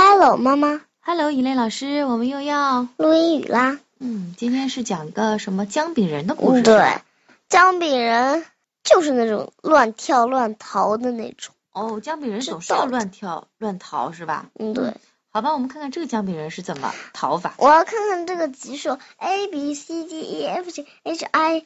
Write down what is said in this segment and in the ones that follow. Hello，妈妈， Hello，以磊老师，我们又要录英语啦。嗯，今天是讲一个什么姜饼人的故事？嗯，对，姜饼人就是那种乱跳乱逃的那种。哦，姜饼人知总是要道乱跳乱逃是吧？嗯，对，好吧，我们看看这个姜饼人是怎么逃法。我要看看这个级数 A B C D E F G H I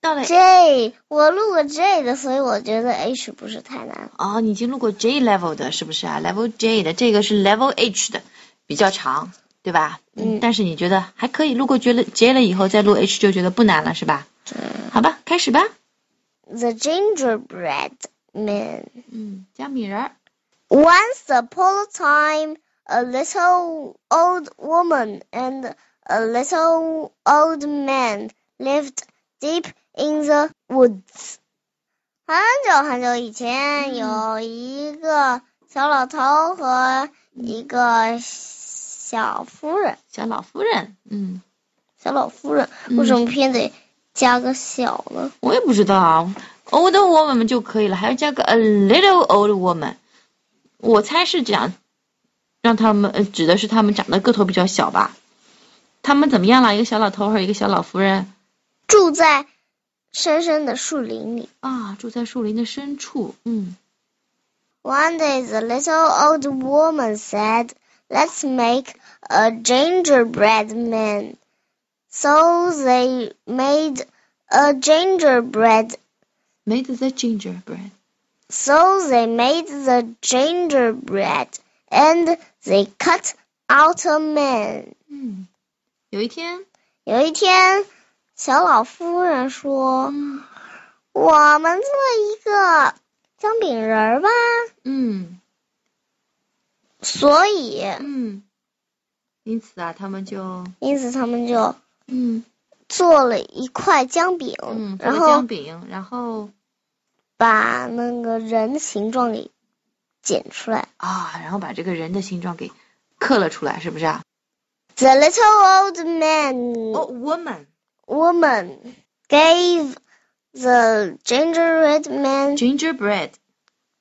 到了 J，我录过 J 的，所以我觉得 H 不是太难。哦，你已经录过 J level 的是不是啊？level J 的这个是 level H 的，比较长，对吧？嗯但是你觉得还可以，录过 J 了 J 了以后再录 H 就觉得不难了是吧？好吧，开始吧。 The gingerbread man. 嗯，姜饼人儿。 Once upon a time, a little old woman and a little old man lived deep in the woods. 很久很久以前，嗯有一个小老头和一个小夫人，小老夫人，嗯，小老夫人嗯为什么偏得加个小呢？我也不知道啊，old woman 就可以了，还要加个 a little old woman。我猜是讲让他们呃指的是他们长得个头比较小吧。他们怎么样了？一个小老头和一个小老夫人住在深深的树林里。啊，住在树林的深处。嗯 One day the little old woman said, Let's make a gingerbread man. So they made a gingerbread. ，made the gingerbread。 So they made the gingerbread and they cut out a man. 嗯，有一天，有一天，小老夫人说嗯：“我们做一个姜饼人儿吧。嗯”所以，嗯，因此啊，他们就因此他们就嗯做了一块姜饼，嗯做然了后姜饼，然后把那个人的形状给剪出来。啊，然后把这个人的形状给刻了出来，是不是啊？ The little old man 哦，woman。 woman gave the gingerbread man Gingerbread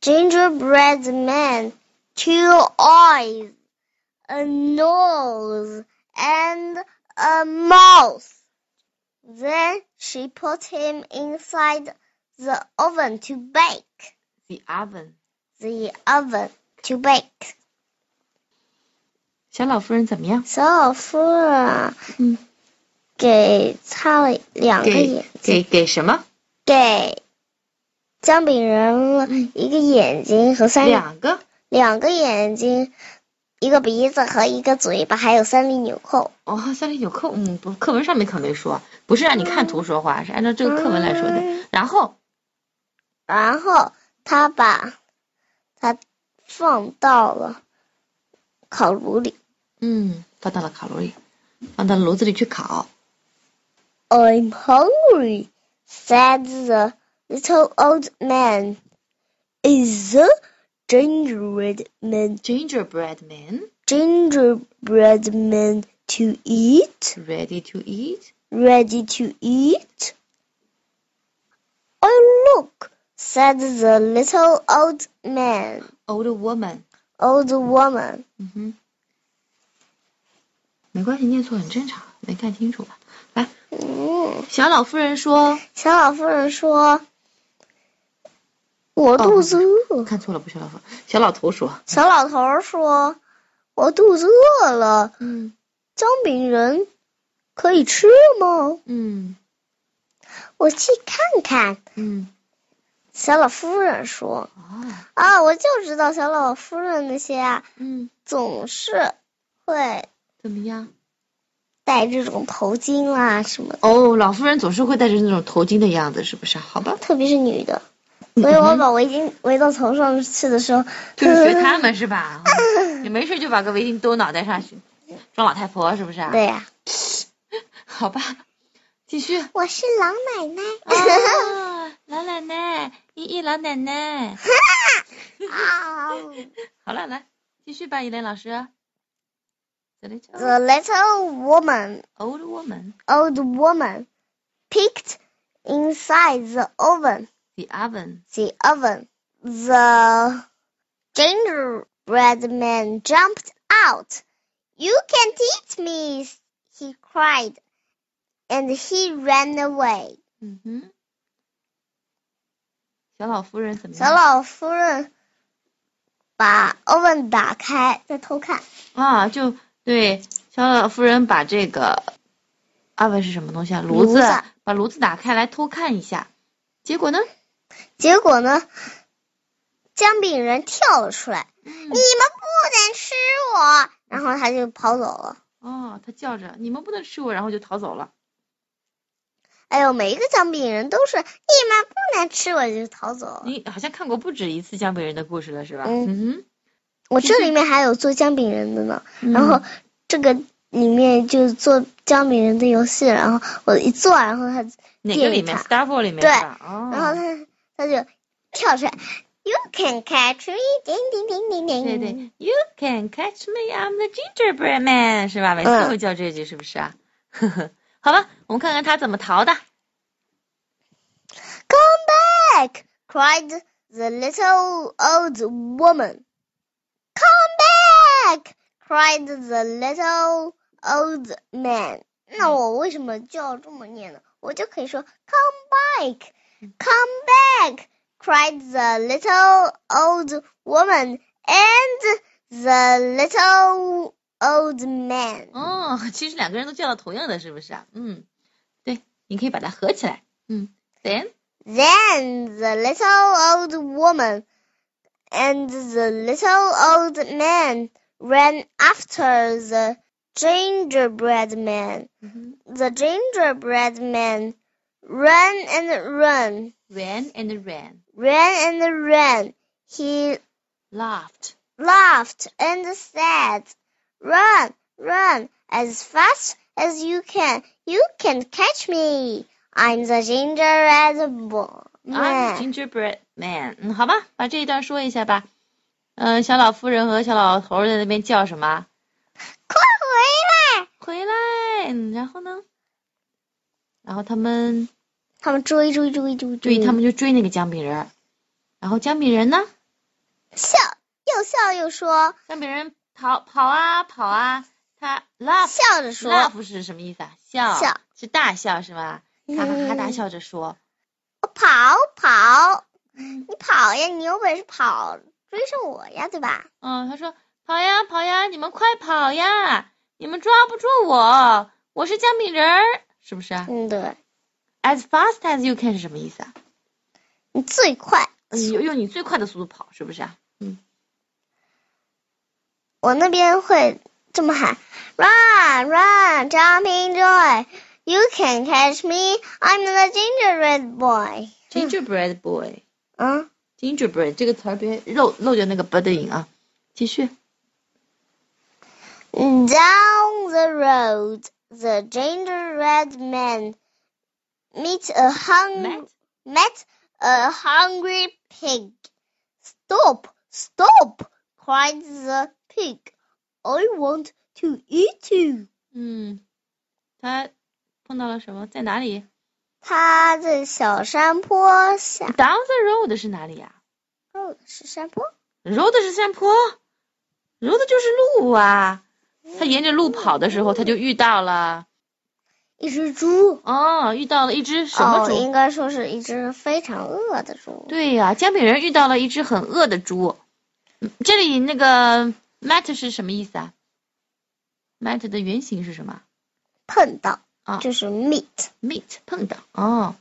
gingerbread man two eyes, a nose, and a mouth. Then she put him inside the oven to bake. the oven。 the oven to bake. 小老夫人怎么样？小老夫人啊嗯，给擦了两个给眼，给给什么？给姜饼人了嗯一个眼睛和三两个两个眼睛，一个鼻子和一个嘴巴，还有三粒纽扣。哦，三零九课，嗯，不，课文上面可没说，不是让你看图说话，是按照这个课文来说的。嗯然后，然后他把它放到了烤炉里。嗯，放到了烤炉里，放到了炉子里去烤。 I'm hungry, said the little old man. Is the gingerbread man Gingerbread man gingerbread man to eat? ready to eat。 Ready to eat? Oh look, said the little old man, Old woman， old woman. 嗯哼，没关系，念错很正常，没看清楚吧？来，嗯，小老夫人说，Hmm, 小老妇人说：“我哦肚子饿。看错了，不是小老夫人，小老头说，小老头儿说：“我肚子饿了，嗯姜饼人可以吃吗？嗯我去看看。嗯，”小老夫人说哦，：“啊，我就知道小老夫人那些啊，嗯，总是会怎么样？戴这种头巾啦、什么的，哦，老妇人总是会戴着那种头巾的样子，是不是啊？好吧，特别是女的。”所以我把围巾 围到头上去的时候，就是学他们是吧？你没事就把个围巾兜脑袋上去，装老太婆是不是啊？ 对，呀、好吧，继续。我是老奶奶。 啊，老奶奶，依依老奶奶。啊好了，来继续吧，依莲老师。The little The little woman old woman, old woman peeked inside the oven. the oven. The oven. The gingerbread man jumped out. You can't eat me, he cried. And he ran away. 嗯哼，小老夫人怎么小样？老夫人把 oven 打开，在偷看。啊，就对，小老夫人把这个二位是什么东西啊？炉炉子子，把炉子打开来偷看一下，结果呢？结果呢，姜饼人跳了出来，嗯你们不能吃我，然后他就跑走了。哦，他叫着你们不能吃我，然后就逃走了。哎呦，每一个姜饼人都是你们不能吃我就逃走了。你好像看过不止一次江北人的故事了，是吧？嗯嗯我这里面还有做姜饼人的呢，哼，然后嗯这个里面就做姜饼人的游戏，然后我一做，然后他，哪个里面电？Star War 里面对是吧？哦，然后他他就跳出来，You can catch me，点点点点点，对对，You can catch me, I'm the gingerbread man，是吧？每次嗯都会叫这句，是不是啊？ 呵呵，好吧，我们看看他怎么逃的。 Come back! cried the little old woman. Come back! cried the little old man. 那我为什么就要这么念呢？我就可以说 Come back! Come back! cried the little old woman and the little old man. 哦，其实两个人都叫了同样的，是不是啊？嗯，对，你可以把它合起来。嗯，Then， Then the little old woman and the little old man ran after the gingerbread man. 嗯 The gingerbread man ran and ran, r a n and ran, ran and ran. He laughed. laughed and said, Run, run, as fast as you can. You can catch me. I'm the gingerbread bo- I'm the man. gingerbread man。嗯，好吧，把这一段说一下吧。嗯、小老妇人和小老头儿在那边叫什么？快回来！回来。嗯然后呢？然后他们他们追追追追追，他们就追那个姜饼人儿。然后姜饼人呢？笑，又笑又说，姜饼人逃跑啊跑啊，他 laugh 笑着说， laugh 是什么意思啊？笑笑是大笑是吧？哈哈哈大嗯笑着说。跑跑，嗯你跑呀，你有本事跑，追上我呀，对吧？嗯，他说跑呀跑呀，你们快跑呀！你们抓不住我，我是姜饼人儿，是不是啊嗯，对， ？As fast as you can 是什么意思啊？你最快。嗯用用你最快的速度跑，是不是啊？我那边会这么喊，Run, run, jumping joy, you can catch me, I'm the gingerbread boy。 Gingerbread boy, 嗯， gingerbread 这个词儿别漏漏掉那个 b 的音啊。继续。嗯 Down the road, the gingerbread man meet a hungry. Matt, met a hungry pig. Stop! Stop! cried the pig. I want to eat you. 嗯，他碰到了什么？在哪里他在小山坡下， ？Down the road 是哪里啊呀、哦，是山坡。 r o a d 是山坡，road 就是路啊。他沿着路跑的时候，他就遇到了。一只猪，哦，遇到了一只什么哦，猪？应该说是一只非常饿的猪。对呀、姜饼人遇到了一只很饿的猪。嗯这里那个 Matt 是什么意思啊？Matt 的原型是什么碰到啊就是 meet。 ？Meet 碰到哦，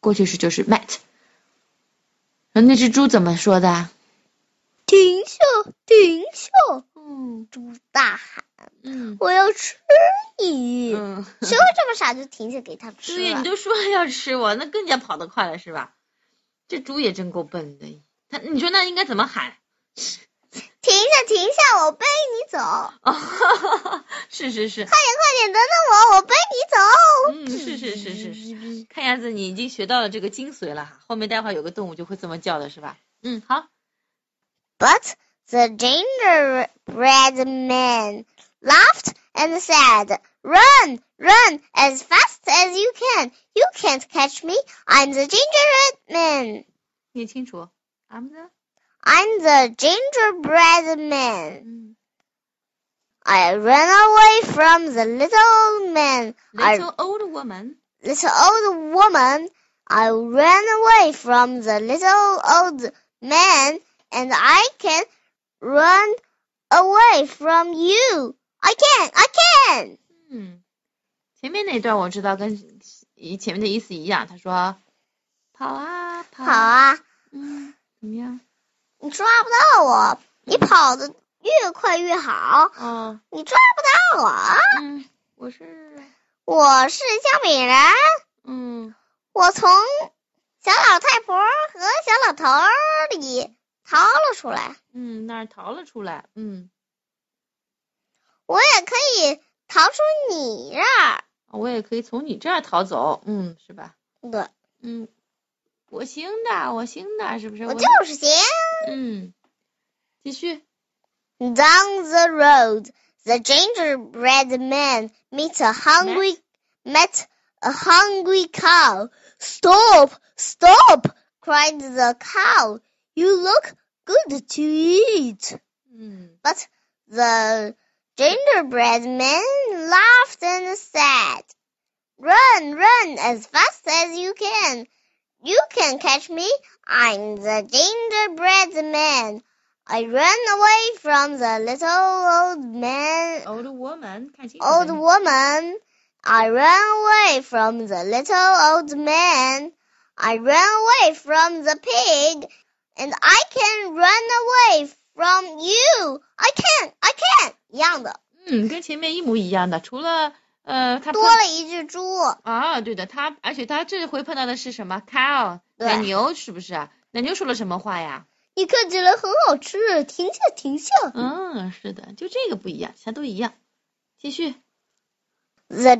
过去式就是 Matt。然后那只猪怎么说的啊？停下，停下！嗯猪大喊嗯：“我要吃你！”嗯，谁会这么傻就停下给他吃对呀，了你？都说了要吃我， 那更加跑得快了是吧？这猪也真够笨的，它你说那应该怎么喊？停下，停下！我背你走，快哦，是是是，点等等我，我背你走。嗯，是是是是是。看样子你已经学到了这个精髓了哈，后面待会儿有个动物就会这么叫的是吧？嗯，好， But the gingerbread man laughed and said, "Run, run as fast as you can. You can't catch me. I'm the gingerbread man. 念清楚。I'm the， I'm the gingerbread man." 嗯 I ran away from the little man. I Little old woman. little old woman. I ran away from the little old man, and I can run away from you. I can, I can. 嗯，前面那段我知道跟以前面的意思一样，他说跑啊跑好，啊，嗯，怎么样？你抓不到我，你跑得越快越好，哦，你抓不到我。嗯，我是我是姜饼人，嗯我从小老太婆和小老头儿里逃了出来。嗯那儿逃了出来，嗯，我也可以逃出你这儿。啊我也可以从你这儿逃走，嗯，是吧？对，嗯，我行的，我行的，是不是？我我就是行。嗯，继续， Down the road, the gingerbread man meets a hungry met a hungry cow. Stop! Stop! cried the cow. You look good to eat. 嗯 But the gingerbread man laughed and said, Run, run as fast as you can. You can catch me. I'm the gingerbread man. I ran away from the little old man, ，old woman，看清楚 old 点 woman. I ran away from the little old man. I ran away from the pig. And I can run away from you. I can, I can. 一样的，嗯，跟前面一模一样的，除了呃，他多了一句猪。啊，对的，他而且他这回碰到的是什么？cow，对奶牛是不是？奶牛说了什么话呀？你看起来很好吃，停下，停下。嗯，是的，就这个不一样，其他都一样。继续， The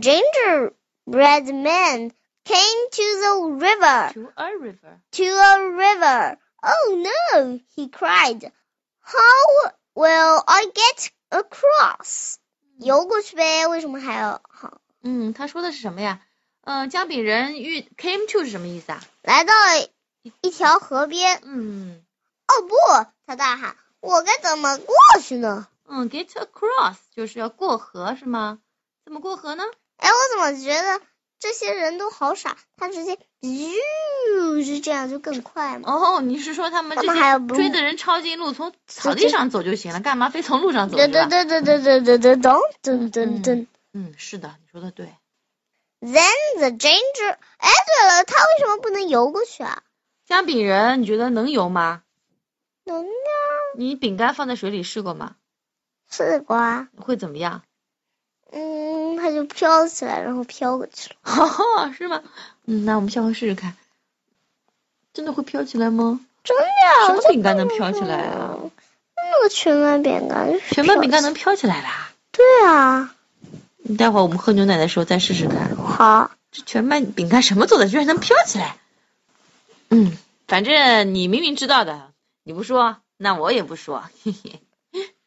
gingerbread man came to the river. to a river， to a river. Oh no, he cried. How will I get across? 游过去呗，为什么还要好？嗯，他说的是什么呀？嗯、姜饼人遇 came to 是什么意思啊？来到一条河边，嗯哦不，他大喊：“我该怎么过去呢嗯，get across 就是要过河是吗？怎么过河呢？？”哎，我怎么觉得这些人都好傻？他直接就是这样就更快嘛？哦，你是说他们干这嘛还些要不追的人抄近路，从草地上走就行了，干嘛非从路上走？噔是吧噔噔噔噔噔噔噔噔噔噔。嗯，是的，你说的对。 Then the ginger，哎，对了，他为什么不能游过去啊？姜饼人，你觉得能游吗？能呀，你饼干放在水里试过吗？试过啊。会怎么样？ 嗯，它就飘起来，然后飘过去了。是吗？嗯，那我们下回试试看。真的会飘起来吗？真什的，么我就饼干能飘起来啊？那个全麦饼干，全麦饼干？能飘起来啦？对啊，你待会儿我们喝牛奶的时候再试试看。好，这全麦饼干什么做的，居然能飘起来？嗯，反正你明明知道的，你不说，那我也不说。嘿嘿。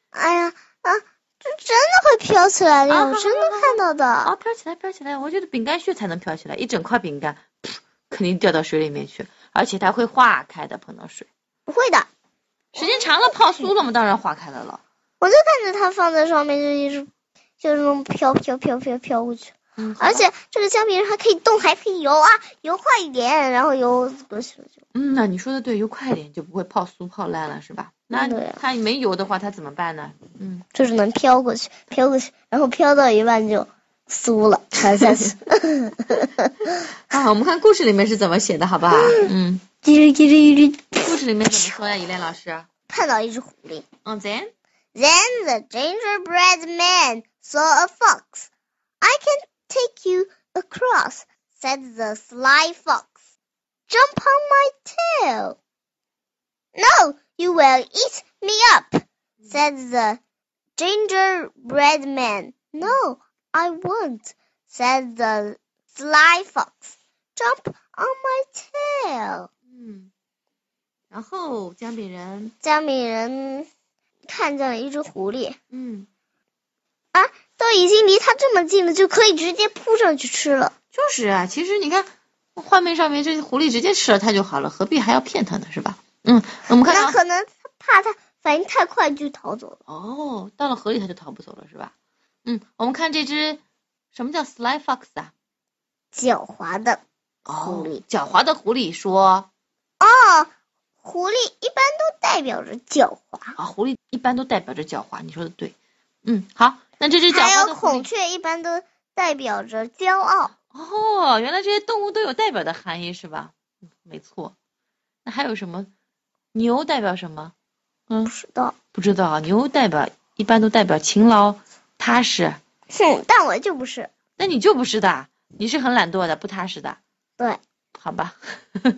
哎呀啊，这真的会飘起来的呀，啊我真的看到的。啊，飘起来，飘起来！我觉得饼干屑才能飘起来，一整块饼干，噗肯定掉到水里面去，而且它会化开的，碰到水。不会的，时间长了泡酥了嘛，当然化开了了。我就看着它放在上面，就一直就这么飘飘飘飘飘过去。嗯，好吧而且这个橡皮人还可以动，还可以游啊，游快一点，然后游过去了就。嗯，那你说的对，游快一点就不会泡酥泡烂了，是吧？那对啊它没游的话，它怎么办呢？嗯，就是能飘过去，飘过去，然后飘到一半就酥了，沉下去。啊，我们看故事里面是怎么写的，好不好？ 嗯，叽哩叽哩叽哩，故事里面怎么说呀，依恋老师？看到一只狐狸。嗯，then Then the gingerbread man saw a fox. I can take you across, said the sly fox. Jump on my tail. No, you will eat me up, said the gingerbread man. No, I won't, said the sly fox. Jump on my tail. 嗯，然后姜饼人，姜饼人看见了一只狐狸。嗯，都已经离它这么近了，就可以直接扑上去吃了。就是啊，其实你看画面上面这狐狸直接吃了它就好了，何必还要骗它呢，是吧？嗯，我们看那到可能它怕它反应太快就逃走了。哦，到了河里它就逃不走了是吧？嗯，我们看这只什么叫 sly fox 啊？狡猾的狐哦狸，狡猾的狐狸说哦，狐狸一般都代表着狡猾，啊，狐狸一般都代表着狡猾，你说的对。嗯，好，那这只狡还猾有的狐孔狸雀一般都代表着骄傲。哦，原来这些动物都有代表的含义是吧？嗯，没错。那还有什么？牛代表什么？不知道，不知道啊，牛代表一般都代表勤劳、踏实。哼，但我就不是。那你就不是的，你是很懒惰的，不踏实的。对，好吧，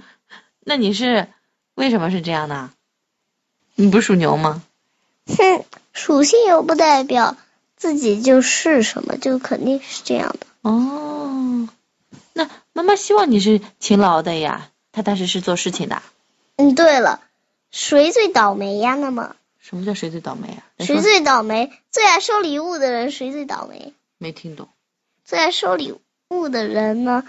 那你是为什么是这样呢？你不是属牛吗？哼，属性又不代表自己就是什么，就肯定是这样的。哦，那妈妈希望你是勤劳的呀，踏踏实实做事情的。嗯，对了，谁最倒霉呀？那么什么叫谁最倒霉啊？再谁说最倒霉？最爱收礼物的人谁最倒霉？没听懂。最爱收礼物的人呢？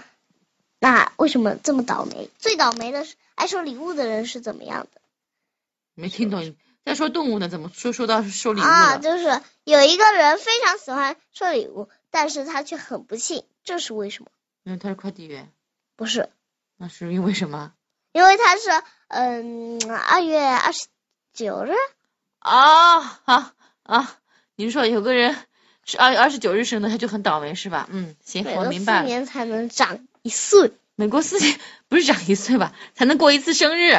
那为什么这么倒霉？最倒霉的是爱收礼物的人是怎么样的？没听懂，在说动物呢，怎么说说到收礼物了？啊，就是有一个人非常喜欢收礼物，但是他却很不幸，这是为什么？因为他是快递员，不是，那是因为什么？因为他是嗯二月二十九日，啊啊啊！你是说有个人是二月二十九日生的，他就很倒霉是吧？嗯，行，每我隔明四白了。年才能长一岁。美国四年不是长一岁吧，才能过一次生日，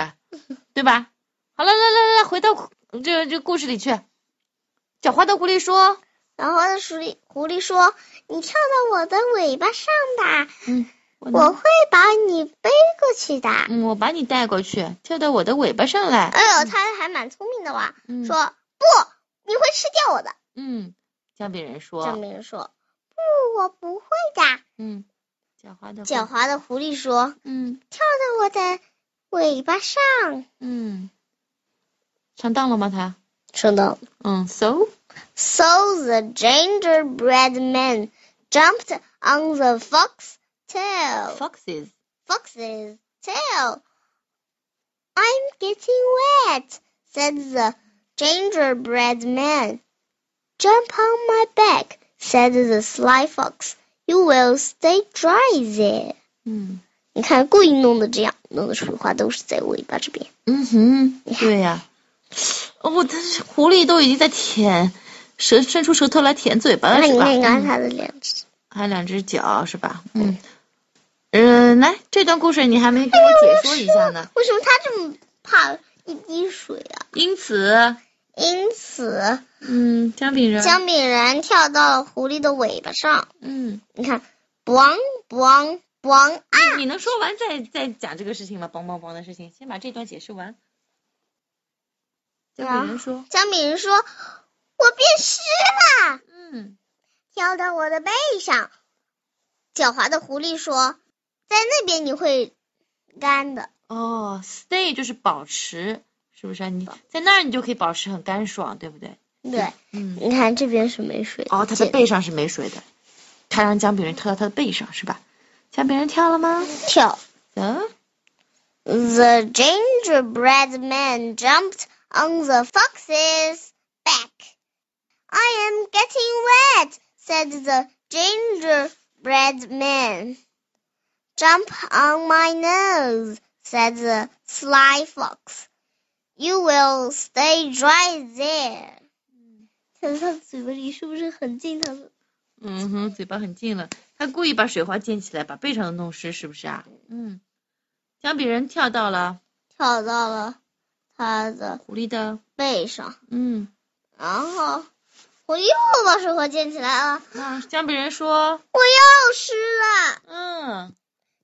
对吧？好了，来来来来，回到故这这故事里去。狡猾的狐狸说然后呢，狐狸狐狸说：“你跳到我的尾巴上吧，：“我我会把你背过去的。嗯，我把你带过去，跳到我的尾巴上来。哎呦，他还蛮聪明的哇，嗯”说：“不，你会吃掉我的。嗯，姜饼人：“证说明人说：“不，我不会的。”嗯，狡猾的狐狡猾的狐狸说嗯：“在我的尾巴上。嗯，上当了吗他？”说到嗯，so So the gingerbread man jumped on the fox's tail. foxes Fox's tail. I'm getting wet, said the gingerbread man. Jump on my back, said the sly fox. You will stay dry there. 嗯。你看，故意弄得这样，弄得水花都是在尾巴这边。嗯哼，对呀、哦，但是狐狸都已经在舔舌，伸出舌头来舔嘴巴了，那是你吧？看看嗯、它的两只，还有两只脚，是吧？嗯，嗯、来，这段故事你还没给我解说一下呢。为什么它这么怕一滴水啊？因此，因此，嗯，姜饼人，姜饼人跳到了狐狸的尾巴上。嗯，你看，bang bang bang 啊！你能说完再再讲这个事情吗？梆梆梆的事情，先把这段解释完。啊姜饼人说，姜饼人说：“我变湿了，嗯跳到我的背上。”狡猾的狐狸说：“在那边你会干的。哦，stay 就是保持，是不是啊？你在那儿你就可以保持很干爽，对不对？”对，嗯。你看这边是没水哦，他的见背上是没水的，他让姜饼人跳到他的背上是吧？姜饼人跳了吗？跳。嗯 The gingerbread man jumped on the fox's back. I am getting wet, said the gingerbread man. Jump on my nose, said the sly fox. You will stay dry there. 嗯哼，嘴巴很近了，他故意把水花溅起来，把背上的弄湿，是不是啊？嗯，姜饼人跳到了跳到了他的背上，然后狐狸又把水花溅起来，把背上弄湿，是不是啊？狐狸的，嗯，那姜饼人说，嗯，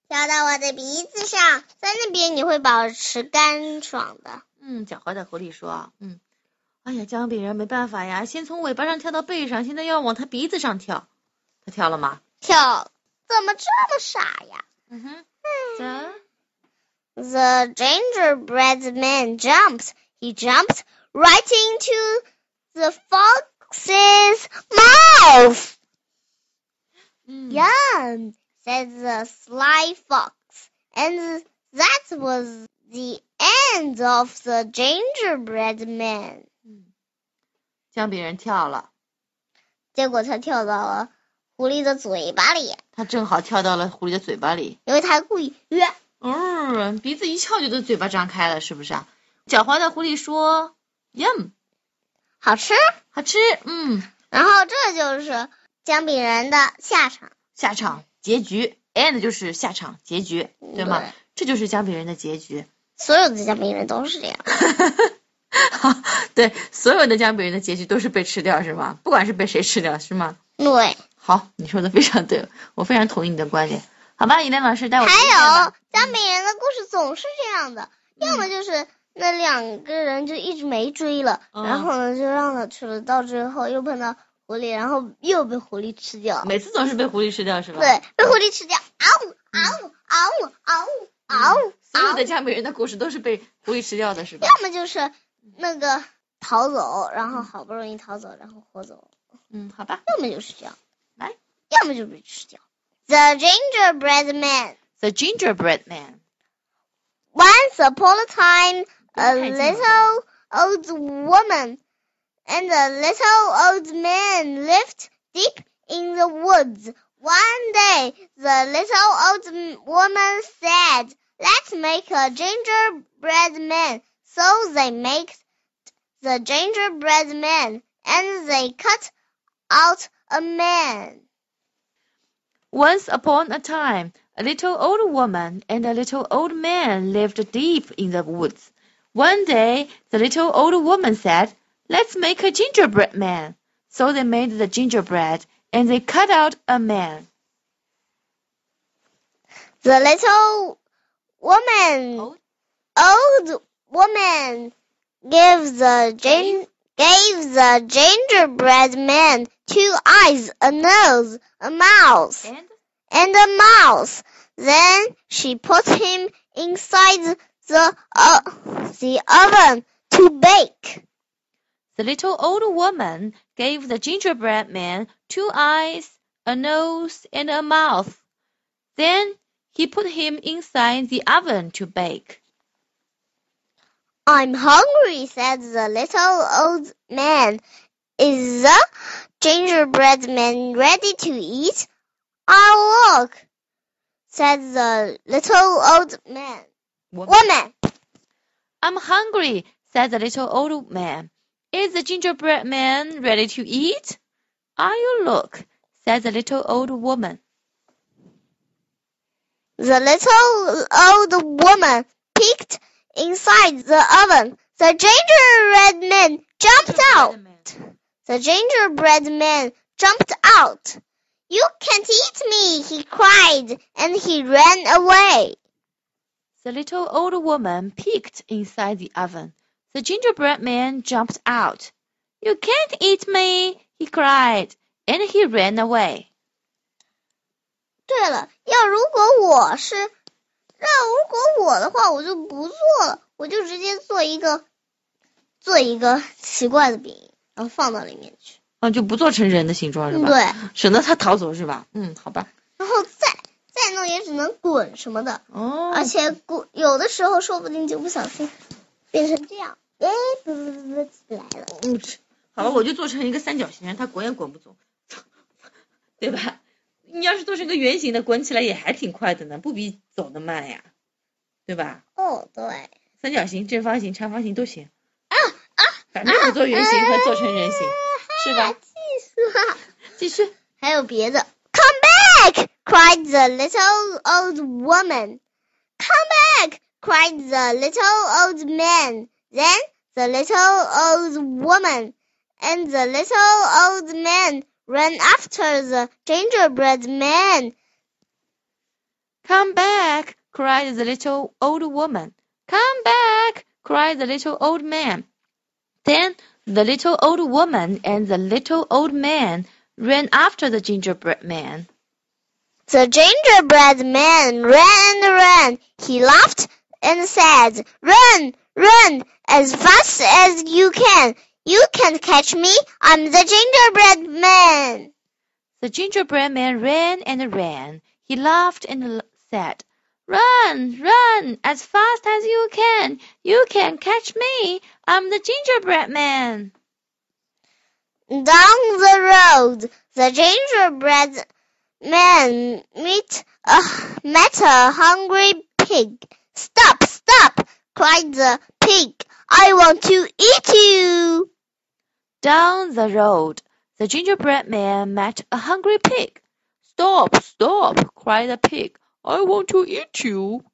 飘到我的鼻子上，在那边你会保持干爽的。嗯，狡猾的狐狸说，嗯，哎呀，姜饼人没办法呀，先从尾巴上跳到背上，现在要往他鼻子上跳，他跳了吗？跳，怎么这么傻呀嗯哼，走。 ？The gingerbread man jumped. He jumped right into the fox's mouth. 嗯 Yum, said the sly fox. And that was the end of the gingerbread man. 嗯向别人跳了，结果他跳到了狐狸的嘴巴里，他正好跳到了狐狸的嘴巴里。因为他故意约嗯，鼻子一翘就对嘴巴张开了，是不是啊？狡猾的狐狸说：“Yum，好吃。好吃。”嗯，然后这就是姜饼人的下场，下场结局，end 就是下场结局，嗯对吗？对这就是姜饼人的结局。所有的姜饼人都是 这样。对，所有的姜饼人的结局都是被吃掉，是吗？不管是被谁吃掉，是吗？对，好，你说的非常对， 我非常同意你的观点。好吧，伊莲老师带我们还一遍吧有姜饼人的故事总是这样的，嗯要么就是那两个人就一直没追了，嗯然后呢就让他吃了，到最后又碰到狐狸，然后又被狐狸吃掉。每次总是被狐狸吃掉，是吧？对，被狐狸吃掉，嗷呜嗷呜嗷呜嗷呜嗷呜嗯所有嗷呜，的姜饼人的故事都是被狐狸吃掉的，是吧？要么就是那个逃走，然后好不容易逃走，然后活走，嗯，好吧。要么就是这样，来，要么就被吃掉。The gingerbread man. The Gingerbread Man， Once upon a time, a 太近了 little old woman and a little old man lived deep in the woods. One day, the little old m- woman said, Let's make a gingerbread man. So they made the gingerbread man and they cut out a man. Once upon a time, a little old woman and a little old man lived deep in the woods. One day, the little old woman said, Let's make a gingerbread man. So they made the gingerbread and they cut out a man. The little woman. old woman gave the gin- gave the gingerbread man two eyes, a nose, a mouth, And and a mouth. Then she put him inside the uh, the oven to bake. the little old woman gave the gingerbread man two eyes, a nose, and a mouth. Then he put him inside the oven to bake. I'm hungry, said the little old man. Is the gingerbread man ready to eat? I'll look, said the little old man. Woman, I'm hungry, said the little old man. Is the gingerbread man ready to eat? I'll look, said the little old woman. the little old woman peeked inside the oven. The gingerbread man jumped out. The gingerbread man jumped out. You can't eat me, he cried, and he ran away. The little old woman peeked inside the oven. The gingerbread man jumped out. You can't eat me, he cried, and he ran away. 对了，要如果我是，要如果我的话，我就不做了，我就直接做一个，做一个奇怪的饼，然后放到里面去。啊，就不做成人的形状是对，吧？省得他逃走是吧？嗯，好吧。然后再再弄也只能滚什么的，哦而且滚有的时候说不定就不小心变成这样，哎，不不不不起来了。嗯，好吧，我就做成一个三角形，它滚也滚不走，对吧？你要是做成个圆形的，滚起来也还挺快的呢，不比走的慢呀，对吧？哦，对，三角形、正方形、长方形都行。反正我做圆形和做成人形，是哎吧？继续。还有别的。Come back! cried the little old woman. Come back! cried the little old man. Then the little old woman and the little old man ran after the gingerbread man. Come back, cried the little old woman. Come back, cried the little old man. Then the little old woman and the little old man ran after the gingerbread man. The gingerbread man ran and ran. He laughed and said, Run, run, as fast as you can. You can't catch me. I'm the gingerbread man. The gingerbread man ran and ran. He laughed and l- said, Run, run, as fast as you can. You can catch me. I'm the gingerbread man. Down the road, the gingerbread man meet a, met a hungry pig. Stop, stop, cried the pig. I want to eat you. Down the road, the gingerbread man met a hungry pig. Stop, stop, cried the pig. I want to eat you.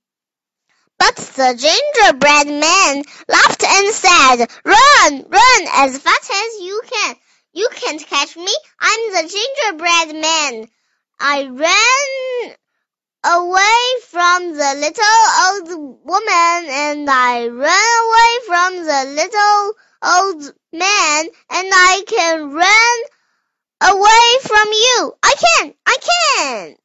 But the gingerbread man laughed and said, Run, run as fast as you can. You can't catch me. I'm the gingerbread man. I ran away from the little old woman and I ran away from the little old man and I can run away from you. I can, I can.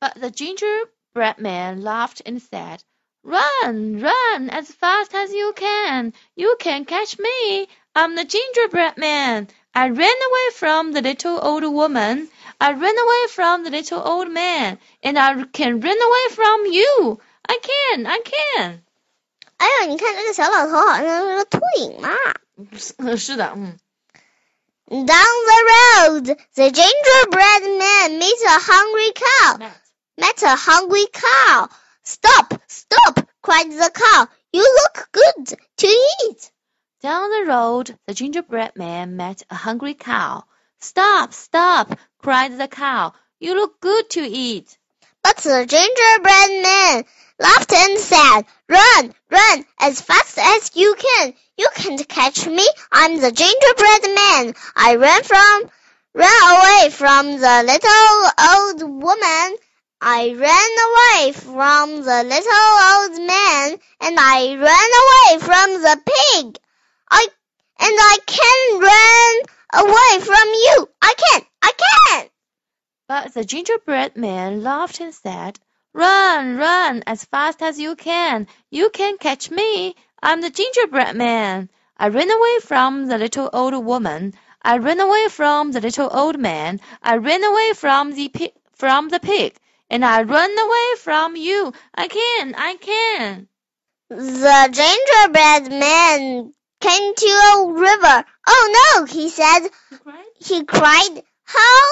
But the gingerbread man laughed and said, Run, run as fast as you can. You can catch me. I'm the gingerbread man. I ran away from the little old woman. I ran away from the little old man. And I can run away from you. I can, I can. 哎呀，你看这个小老头好像是个秃顶嘛。是的，嗯。 Down the road, the gingerbread man meets a hungry cow. Met a hungry cow. Stop, stop, cried the cow. You look good to eat. Down the road, the gingerbread man met a hungry cow. Stop, stop, cried the cow. You look good to eat. But the gingerbread man laughed and said, Run, run, as fast as you can. You can't catch me. I'm the gingerbread man. I ran from, ran away from the little old woman. I ran away from the little old man and I ran away from the pig. I, and I can run away from you. I can, I can. But the gingerbread man laughed and said, Run, run as fast as you can. You can catch me. I'm the gingerbread man. I ran away from the little old woman. I ran away from the little old man. I ran away from the pig, from the pig. And I ran away from you. I can, I can. The gingerbread man came to a river. Oh no, he said. He cried, How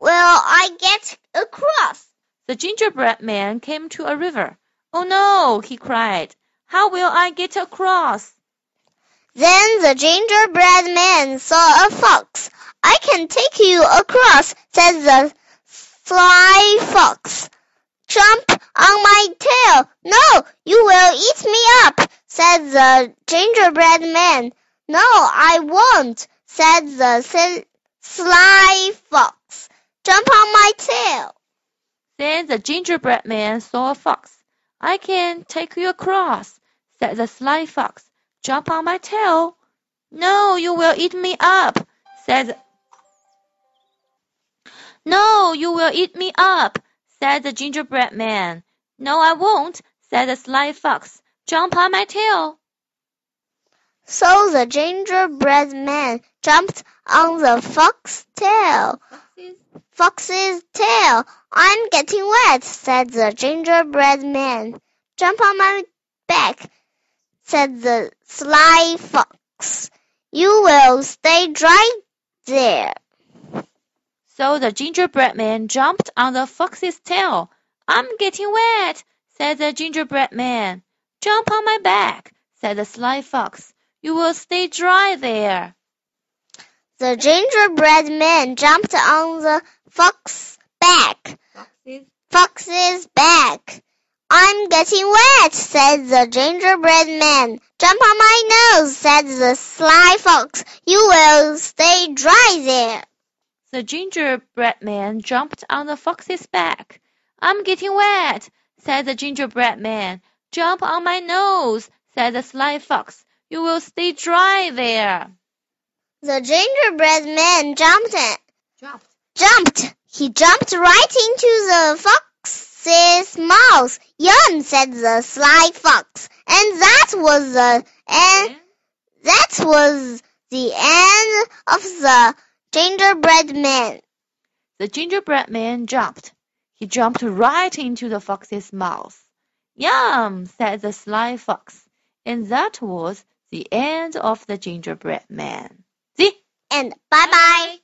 will I get across? The gingerbread man came to a river. Oh no, he cried. How will I get across? Then the gingerbread man saw a fox. I can take you across, said the fly fox. Jump on my tail. No, you will eat me up, said the gingerbread man. No, I won't, said the sil- sly fox. Jump on my tail. Then the gingerbread man saw a fox. I can take you across, said the sly fox. Jump on my tail. No, you will eat me up, said No, you will eat me up, said the gingerbread man. No, I won't, said the sly fox. Jump on my tail. So the gingerbread man jumped on the fox's tail. Fox's tail. I'm getting wet, said the gingerbread man. Jump on my back, said the sly fox. You will stay dry there. So the gingerbread man jumped on the fox's tail. I'm getting wet, said the gingerbread man. Jump on my back, said the sly fox. You will stay dry there. The gingerbread man jumped on the fox's back. Fox's back. I'm getting wet, said the gingerbread man. Jump on my nose, said the sly fox. You will stay dry there. The gingerbread man jumped on the fox's back. I'm getting wet, said the gingerbread man. Jump on my nose, said the sly fox. You will stay dry there. The gingerbread man jumped and Jumped. jumped. He jumped right into the fox's mouth. Yum, said the sly fox. And that was the end. That was the end of the gingerbread man. The gingerbread man jumped. He jumped right into the fox's mouth. Yum, said the sly fox. And that was the end of the gingerbread man. See? And and bye bye.